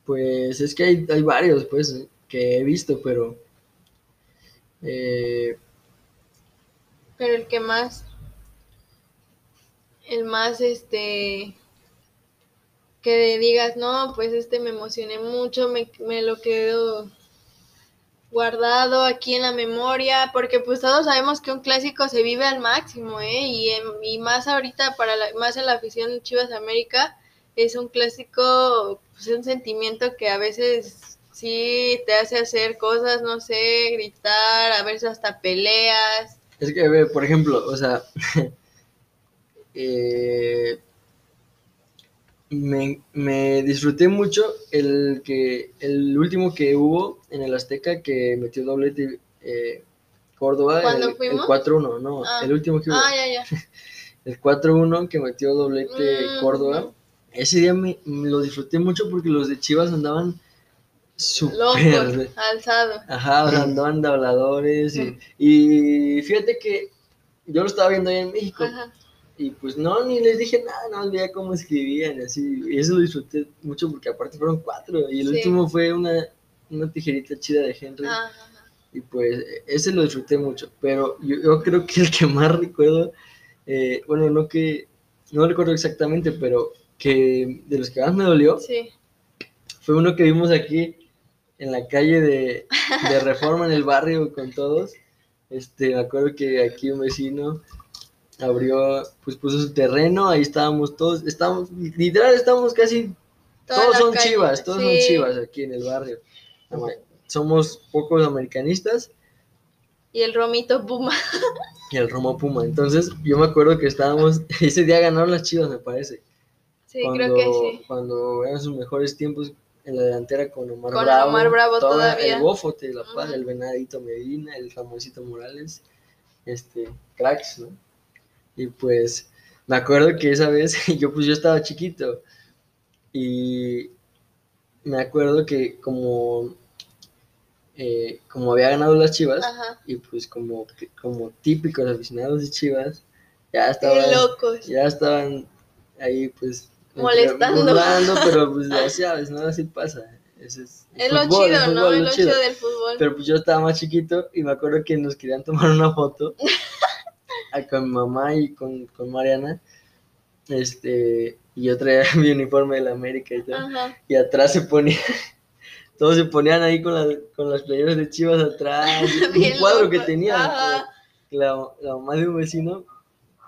Speaker 3: Pues es que hay, hay varios, pues, que he visto, pero. eh,
Speaker 2: Pero el que más. El más este. Que digas, no, pues este me emocioné mucho, me, me lo quedo guardado aquí en la memoria, porque pues todos sabemos que un clásico se vive al máximo, ¿eh? Y, en- y más ahorita, para la- más en la afición Chivas América, es un clásico, pues un sentimiento que a veces sí te hace hacer cosas, no sé, gritar, a veces hasta peleas.
Speaker 3: es que, a ver, por ejemplo, o sea. eh, me, me disfruté mucho el que el último que hubo en el Azteca que metió doblete eh, Córdoba
Speaker 2: ¿Cuándo
Speaker 3: el, el
Speaker 2: fuimos?
Speaker 3: 4-1 no
Speaker 2: Ah.
Speaker 3: el último que hubo
Speaker 2: Ah, ya, ya.
Speaker 3: El 4-1 que metió doblete
Speaker 2: Mm.
Speaker 3: Córdoba. Ese día me, me lo disfruté mucho porque los de Chivas andaban
Speaker 2: Loco,
Speaker 3: súper.
Speaker 2: alzado.
Speaker 3: Ajá, o sea, andaban de habladores. Y, y fíjate que yo lo estaba viendo ahí en México.
Speaker 2: Ajá.
Speaker 3: Y pues no, ni les dije nada, no veía cómo escribían. Así. Y eso lo disfruté mucho porque aparte fueron cuatro. Y el
Speaker 2: Sí. Ah.
Speaker 3: último fue una, una tijerita chida de Henry.
Speaker 2: Ajá, ajá.
Speaker 3: Y pues e- ese lo disfruté mucho, pero yo, yo creo que el que más recuerdo, eh, bueno, no que, no recuerdo exactamente, pero que de los que más me dolió
Speaker 2: Sí.
Speaker 3: fue uno que vimos aquí en la calle de, de Reforma, en el barrio con todos. Este, me acuerdo que aquí un vecino abrió, pues puso su terreno, ahí estábamos todos, estábamos, literal, estábamos casi
Speaker 2: Toda
Speaker 3: todos
Speaker 2: la
Speaker 3: son
Speaker 2: calle,
Speaker 3: chivas, todos son
Speaker 2: sí.
Speaker 3: chivas aquí en el barrio. Ama- Somos pocos americanistas.
Speaker 2: Y el romito Puma.
Speaker 3: Y el Romo Puma. Entonces, yo me acuerdo que estábamos. Ese día ganaron las chivas, me parece.
Speaker 2: Sí, creo que sí.
Speaker 3: Cuando eran sus mejores tiempos en la delantera con Omar
Speaker 2: Con
Speaker 3: Bravo.
Speaker 2: Omar Bravo
Speaker 3: toda-
Speaker 2: todavía.
Speaker 3: El Bofote, La Paz,
Speaker 2: Ujú.
Speaker 3: el Venadito Medina, el Ramoncito Morales. Este, cracks, ¿no? Y pues, me acuerdo que esa vez, yo pues yo estaba chiquito. Y me acuerdo que como. eh, como había ganado las chivas
Speaker 2: Ajá.
Speaker 3: y pues como, como típicos aficionados de Chivas, ya estaban,
Speaker 2: Qué locos.
Speaker 3: ya estaban ahí pues entre-
Speaker 2: Molestando.
Speaker 3: burlando, pero pues ya sabes, ¿no? Así pasa. Ese es, el
Speaker 2: Es lo
Speaker 3: fútbol, el
Speaker 2: chido, ¿no?
Speaker 3: fútbol,
Speaker 2: Es
Speaker 3: lo
Speaker 2: lo
Speaker 3: chido.
Speaker 2: chido del fútbol.
Speaker 3: Pero pues yo estaba más chiquito y me acuerdo que nos querían tomar una foto a- con mi mamá y con, con Mariana.
Speaker 2: Ah.
Speaker 3: Este, y yo traía mi uniforme de la América y todo.
Speaker 2: Ajá.
Speaker 3: Y atrás se ponía Todos se ponían ahí con, las- con las playeras de Chivas atrás.
Speaker 2: Bien
Speaker 3: un cuadro que
Speaker 2: loco,
Speaker 3: tenía.
Speaker 2: ajá.
Speaker 3: La, la mamá de un vecino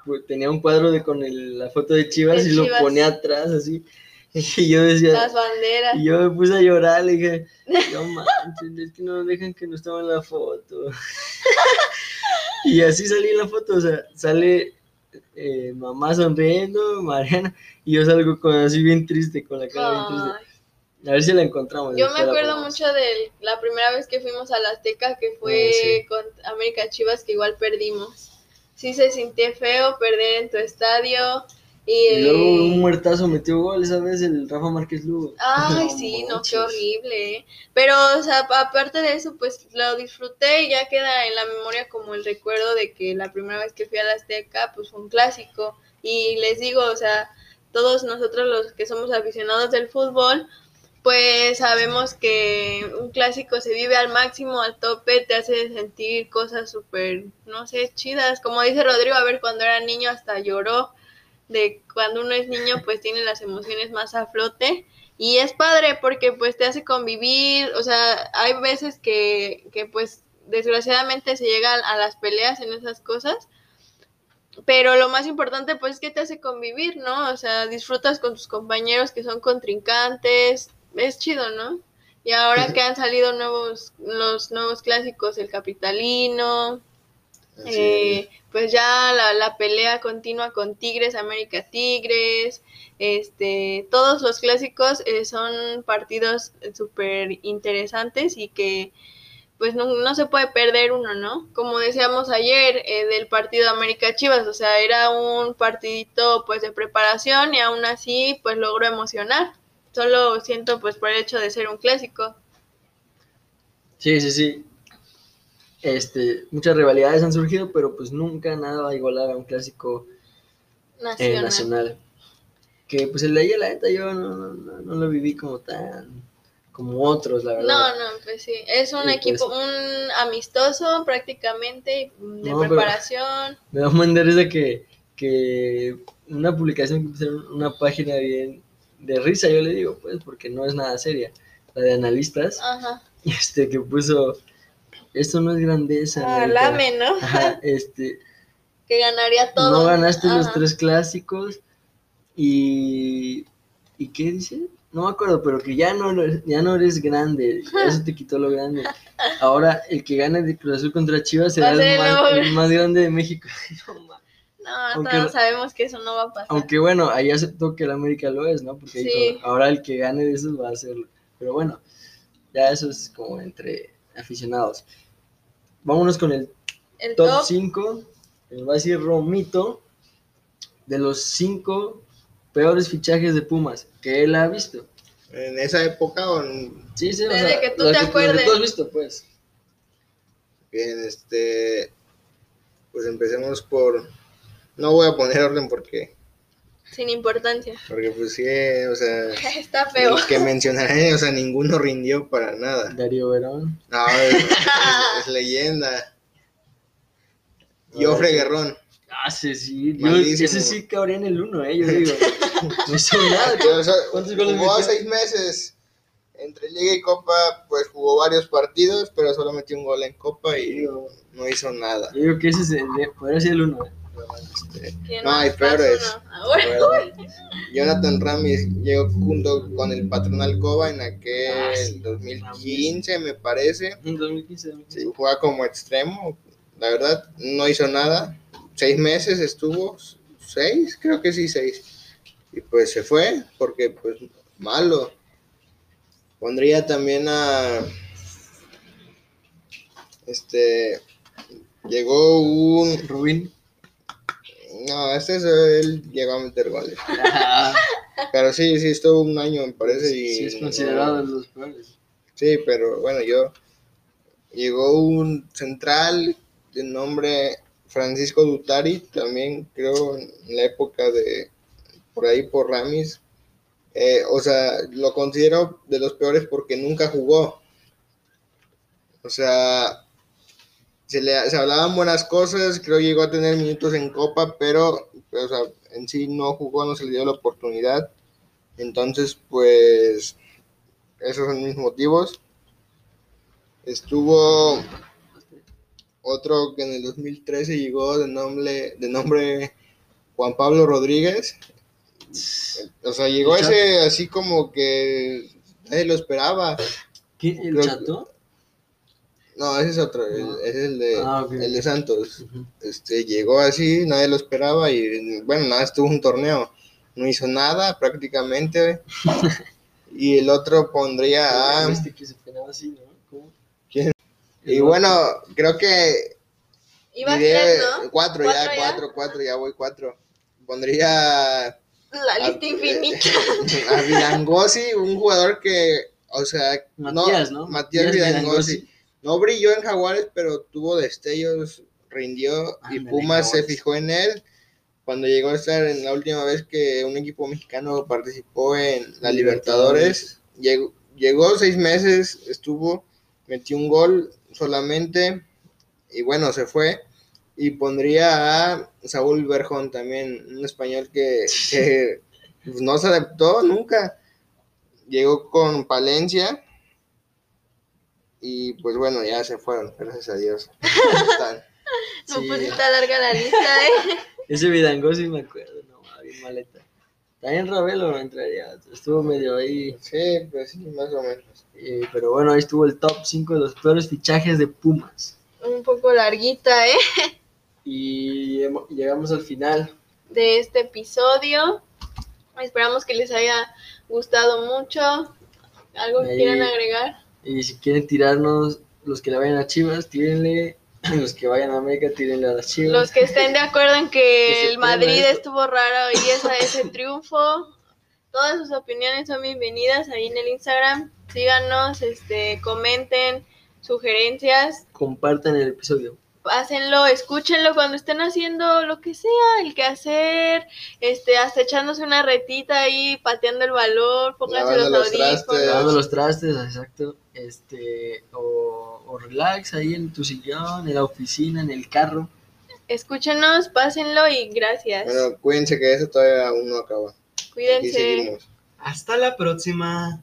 Speaker 3: pues, tenía un cuadro de, con el- la foto de Chivas
Speaker 2: De
Speaker 3: y lo
Speaker 2: Chivas.
Speaker 3: ponía atrás así. Y yo decía.
Speaker 2: Las banderas.
Speaker 3: eh, Y yo me puse a llorar, le dije, no manches, es que no nos dejan que nos tomen la foto. y así salí en la foto, o sea, sale eh, mamá sonriendo, Mariana, y yo salgo con así bien triste, con la cara bien triste.
Speaker 2: Ay,
Speaker 3: A ver si la encontramos.
Speaker 2: Yo me
Speaker 3: después la
Speaker 2: acuerdo
Speaker 3: ponemos.
Speaker 2: mucho de la primera vez que fuimos a la Azteca, que fue
Speaker 3: Ah, sí.
Speaker 2: con América Chivas, que igual perdimos. Sí se sintió feo perder en tu estadio. Y,
Speaker 3: Y luego un muertazo metió gol, esa vez el Rafa Márquez Lugo.
Speaker 2: Ay, sí, no, qué
Speaker 3: manches.
Speaker 2: horrible. ¿eh? Pero, o sea, pa- aparte de eso, pues lo disfruté y ya queda en la memoria como el recuerdo de que la primera vez que fui a la Azteca, pues fue un clásico. Y les digo, o sea, todos nosotros los que somos aficionados del fútbol, pues sabemos que un clásico se vive al máximo, al tope, te hace sentir cosas súper, no sé, chidas. Como dice Rodrigo, a ver, cuando era niño hasta lloró de cuando uno es niño, pues tiene las emociones más a flote. Y es padre porque pues te hace convivir, o sea, hay veces que, que pues desgraciadamente se llega a las peleas en esas cosas, pero lo más importante pues es que te hace convivir, ¿no? O sea, disfrutas con tus compañeros que son contrincantes, es chido, ¿no? Y ahora que han salido nuevos, los nuevos clásicos, el capitalino,
Speaker 4: Así
Speaker 2: eh, pues ya la, la pelea continua con Tigres, América Tigres, este, todos los clásicos eh, son partidos eh, súper interesantes y que pues no, no se puede perder uno, ¿no? Como decíamos ayer eh, del partido América Chivas, o sea, era un partidito pues de preparación y aún así pues logró emocionar. Solo siento pues por el hecho de ser un clásico.
Speaker 3: Sí, sí, sí. Este, muchas rivalidades han surgido, pero pues nunca nada va a igualar a un clásico eh,
Speaker 2: Nacional.
Speaker 3: nacional. Que pues el de ayer, la neta, yo no, no, no, no lo viví como tan. como otros, la verdad.
Speaker 2: No, no, pues sí. Es un
Speaker 3: Y
Speaker 2: equipo, un amistoso prácticamente, de
Speaker 3: No, pero-
Speaker 2: preparación.
Speaker 3: Me da un mandar esa que, que una publicación que pusieron una página bien de risa, yo le digo, pues, porque no es nada seria. La de analistas,
Speaker 2: Ajá.
Speaker 3: este, que puso. Esto no es grandeza.
Speaker 2: Ah,
Speaker 3: América".
Speaker 2: lame, ¿no?
Speaker 3: Ajá, este,
Speaker 2: Que ganaría todo.
Speaker 3: No ganaste los
Speaker 2: Ajá.
Speaker 3: tres clásicos y... ¿Y qué dice? No me acuerdo, pero que ya no, lo- ya no eres grande, ya eso te quitó lo grande. Ahora el que gane de Cruz Azul contra Chivas
Speaker 2: Va a
Speaker 3: será el,
Speaker 2: ser el
Speaker 3: más,
Speaker 2: nuevo-
Speaker 3: el más grande de México. No ma-
Speaker 2: No,
Speaker 3: Aunque-
Speaker 2: todos sabemos que eso no va a pasar.
Speaker 3: Aunque bueno, ahí aceptó que el América lo es, ¿no? Porque
Speaker 2: Sí.
Speaker 3: dijo, ahora el que gane de esos va a hacerlo. Pero bueno, ya eso es como entre aficionados. Vámonos con el
Speaker 2: El top,
Speaker 3: top 5 va a decir Romito de los 5 peores fichajes de Pumas que él ha visto.
Speaker 4: es. En esa época, o en-
Speaker 3: Sí, sí, o
Speaker 2: Desde
Speaker 3: sea,
Speaker 2: que tú
Speaker 3: los
Speaker 2: te
Speaker 3: los
Speaker 2: acuerdes.
Speaker 3: tú has visto, pues.
Speaker 4: Bien, este. Pues empecemos por. No voy a poner orden porque.
Speaker 2: sin importancia.
Speaker 4: Porque, pues sí, eh, o sea.
Speaker 2: Está feo.
Speaker 4: El que mencionaré, o sea, ninguno rindió para nada.
Speaker 3: Darío Verón.
Speaker 4: No, es, es- es leyenda. Jofre Guerrón.
Speaker 3: Ah, sí, sí. Yo,
Speaker 4: Malísimo.
Speaker 3: ese sí cabría en el 1, eh, yo digo. No hizo nada.
Speaker 4: Yo, o sea,
Speaker 3: ¿Cuántos goles
Speaker 4: jugó
Speaker 3: metió?
Speaker 4: seis meses. Entre Liga y Copa, pues jugó varios partidos, pero solo metió un gol en Copa y no hizo nada.
Speaker 3: Yo digo que ese sería- podría ser el eh. 1.
Speaker 4: Este,
Speaker 2: Que
Speaker 4: No, hay
Speaker 2: más
Speaker 4: peores.
Speaker 2: uno. Ahora,
Speaker 4: Jonathan Ramis llegó junto con el patrón Alcoba en aquel
Speaker 3: Ah, sí,
Speaker 4: 2015, me parece.
Speaker 3: En 2015, 2015.
Speaker 4: Sí, jugaba como extremo. La verdad, no hizo nada. Seis meses estuvo. Seis, creo que sí, seis. Y pues se fue, porque pues malo. Pondría también a... Este... Llegó un...
Speaker 3: Rubín.
Speaker 4: No, este es él, llegó a meter goles. Pero sí, sí, estuvo un año, me parece. Y,
Speaker 3: sí, es considerado de los peores.
Speaker 4: Sí, pero bueno, yo. Llegó un central de nombre Francisco Dutari, también creo en la época de por ahí por Ramis. Eh, o sea, lo considero de los peores porque nunca jugó. O sea, se le se hablaban buenas cosas, creo llegó a tener minutos en Copa, pero o sea, en sí no jugó, no se le dio la oportunidad. Entonces, pues, esos son mis motivos. Estuvo otro que en el 2013 llegó de nombre, de nombre Juan Pablo Rodríguez. O sea, llegó
Speaker 3: ¿El Chato?
Speaker 4: ese así como que nadie lo esperaba.
Speaker 3: ¿Quién? ¿El
Speaker 4: Creo-
Speaker 3: chato?
Speaker 4: No, ese es otro, el- ese es el de,
Speaker 3: Ah, ok.
Speaker 4: el de Santos.
Speaker 3: Ujú.
Speaker 4: Este, llegó así, nadie lo esperaba y bueno, nada, estuvo un torneo. No hizo nada prácticamente. y el otro pondría a...
Speaker 3: Este que se peinaba así, ¿no? ¿Cómo?
Speaker 4: ¿Quién?
Speaker 3: El
Speaker 4: Y
Speaker 3: otro.
Speaker 4: bueno, creo que
Speaker 2: Ibas
Speaker 4: Diré
Speaker 2: tres, ¿no?
Speaker 4: Cuatro, ya,
Speaker 2: ¿Cuatro ya?
Speaker 4: cuatro, cuatro, ya voy cuatro. Pondría a,
Speaker 2: La
Speaker 4: Ah,
Speaker 2: lista infinita.
Speaker 4: a Vidangosi, un jugador que, o sea,
Speaker 3: Matías, ¿no?
Speaker 4: Matías
Speaker 3: Matías
Speaker 4: Vidangosi.
Speaker 3: Vidangosi.
Speaker 4: No brilló en Jaguares, pero tuvo destellos, rindió y
Speaker 3: Ándale,
Speaker 4: Pumas se
Speaker 3: Jaguares.
Speaker 4: fijó en él. Cuando llegó a estar en la última vez que un equipo mexicano participó en la Libertadores, llegó, llegó seis meses, estuvo, metió un gol solamente y bueno, se fue. Y pondría a Saúl Berjón también, un español que, que, pues, no se adaptó nunca. Llegó con Palencia y pues bueno, ya se fueron, gracias a Dios. Están.
Speaker 2: No
Speaker 3: Sí.
Speaker 2: pusiste larga la lista, ¿eh?
Speaker 3: Ese Vidango sí me acuerdo, no, ma, bien maleta. También Ravelo no entraría, estuvo medio ahí.
Speaker 4: Sí, pues sí, más o menos.
Speaker 3: eh, pero bueno, ahí estuvo el top 5 de los peores fichajes de Pumas.
Speaker 2: Un poco larguita, ¿eh?
Speaker 3: Y hemo- llegamos al final.
Speaker 2: De este episodio. Esperamos que les haya gustado mucho. ¿Algo que
Speaker 3: Ahí-
Speaker 2: quieran agregar?
Speaker 3: Y si quieren tirarnos, los que le vayan a Chivas, tírenle. Los que vayan a América, tírenle a las Chivas.
Speaker 2: Los que estén de acuerdo en
Speaker 3: Que se
Speaker 2: que el
Speaker 3: pongan
Speaker 2: Madrid
Speaker 3: esto.
Speaker 2: estuvo raro y esa, ese triunfo, todas sus opiniones son bienvenidas ahí en el Instagram. Síganos, este, comenten sugerencias,
Speaker 3: Compartan el episodio.
Speaker 2: hácenlo, escúchenlo cuando estén haciendo lo que sea, el quehacer, este, hasta echándose una retita ahí, pateando el balón, pónganse los,
Speaker 4: Lavando los trastes.
Speaker 2: audífonos.
Speaker 3: Lavando los trastes, exacto. Este, o, o relax ahí en tu sillón, en la oficina, en el carro.
Speaker 2: Escúchenos, pásenlo y gracias.
Speaker 4: Bueno, cuídense que eso todavía aún no acaba. Y
Speaker 2: Cuídense.
Speaker 4: seguimos.
Speaker 3: Hasta la próxima.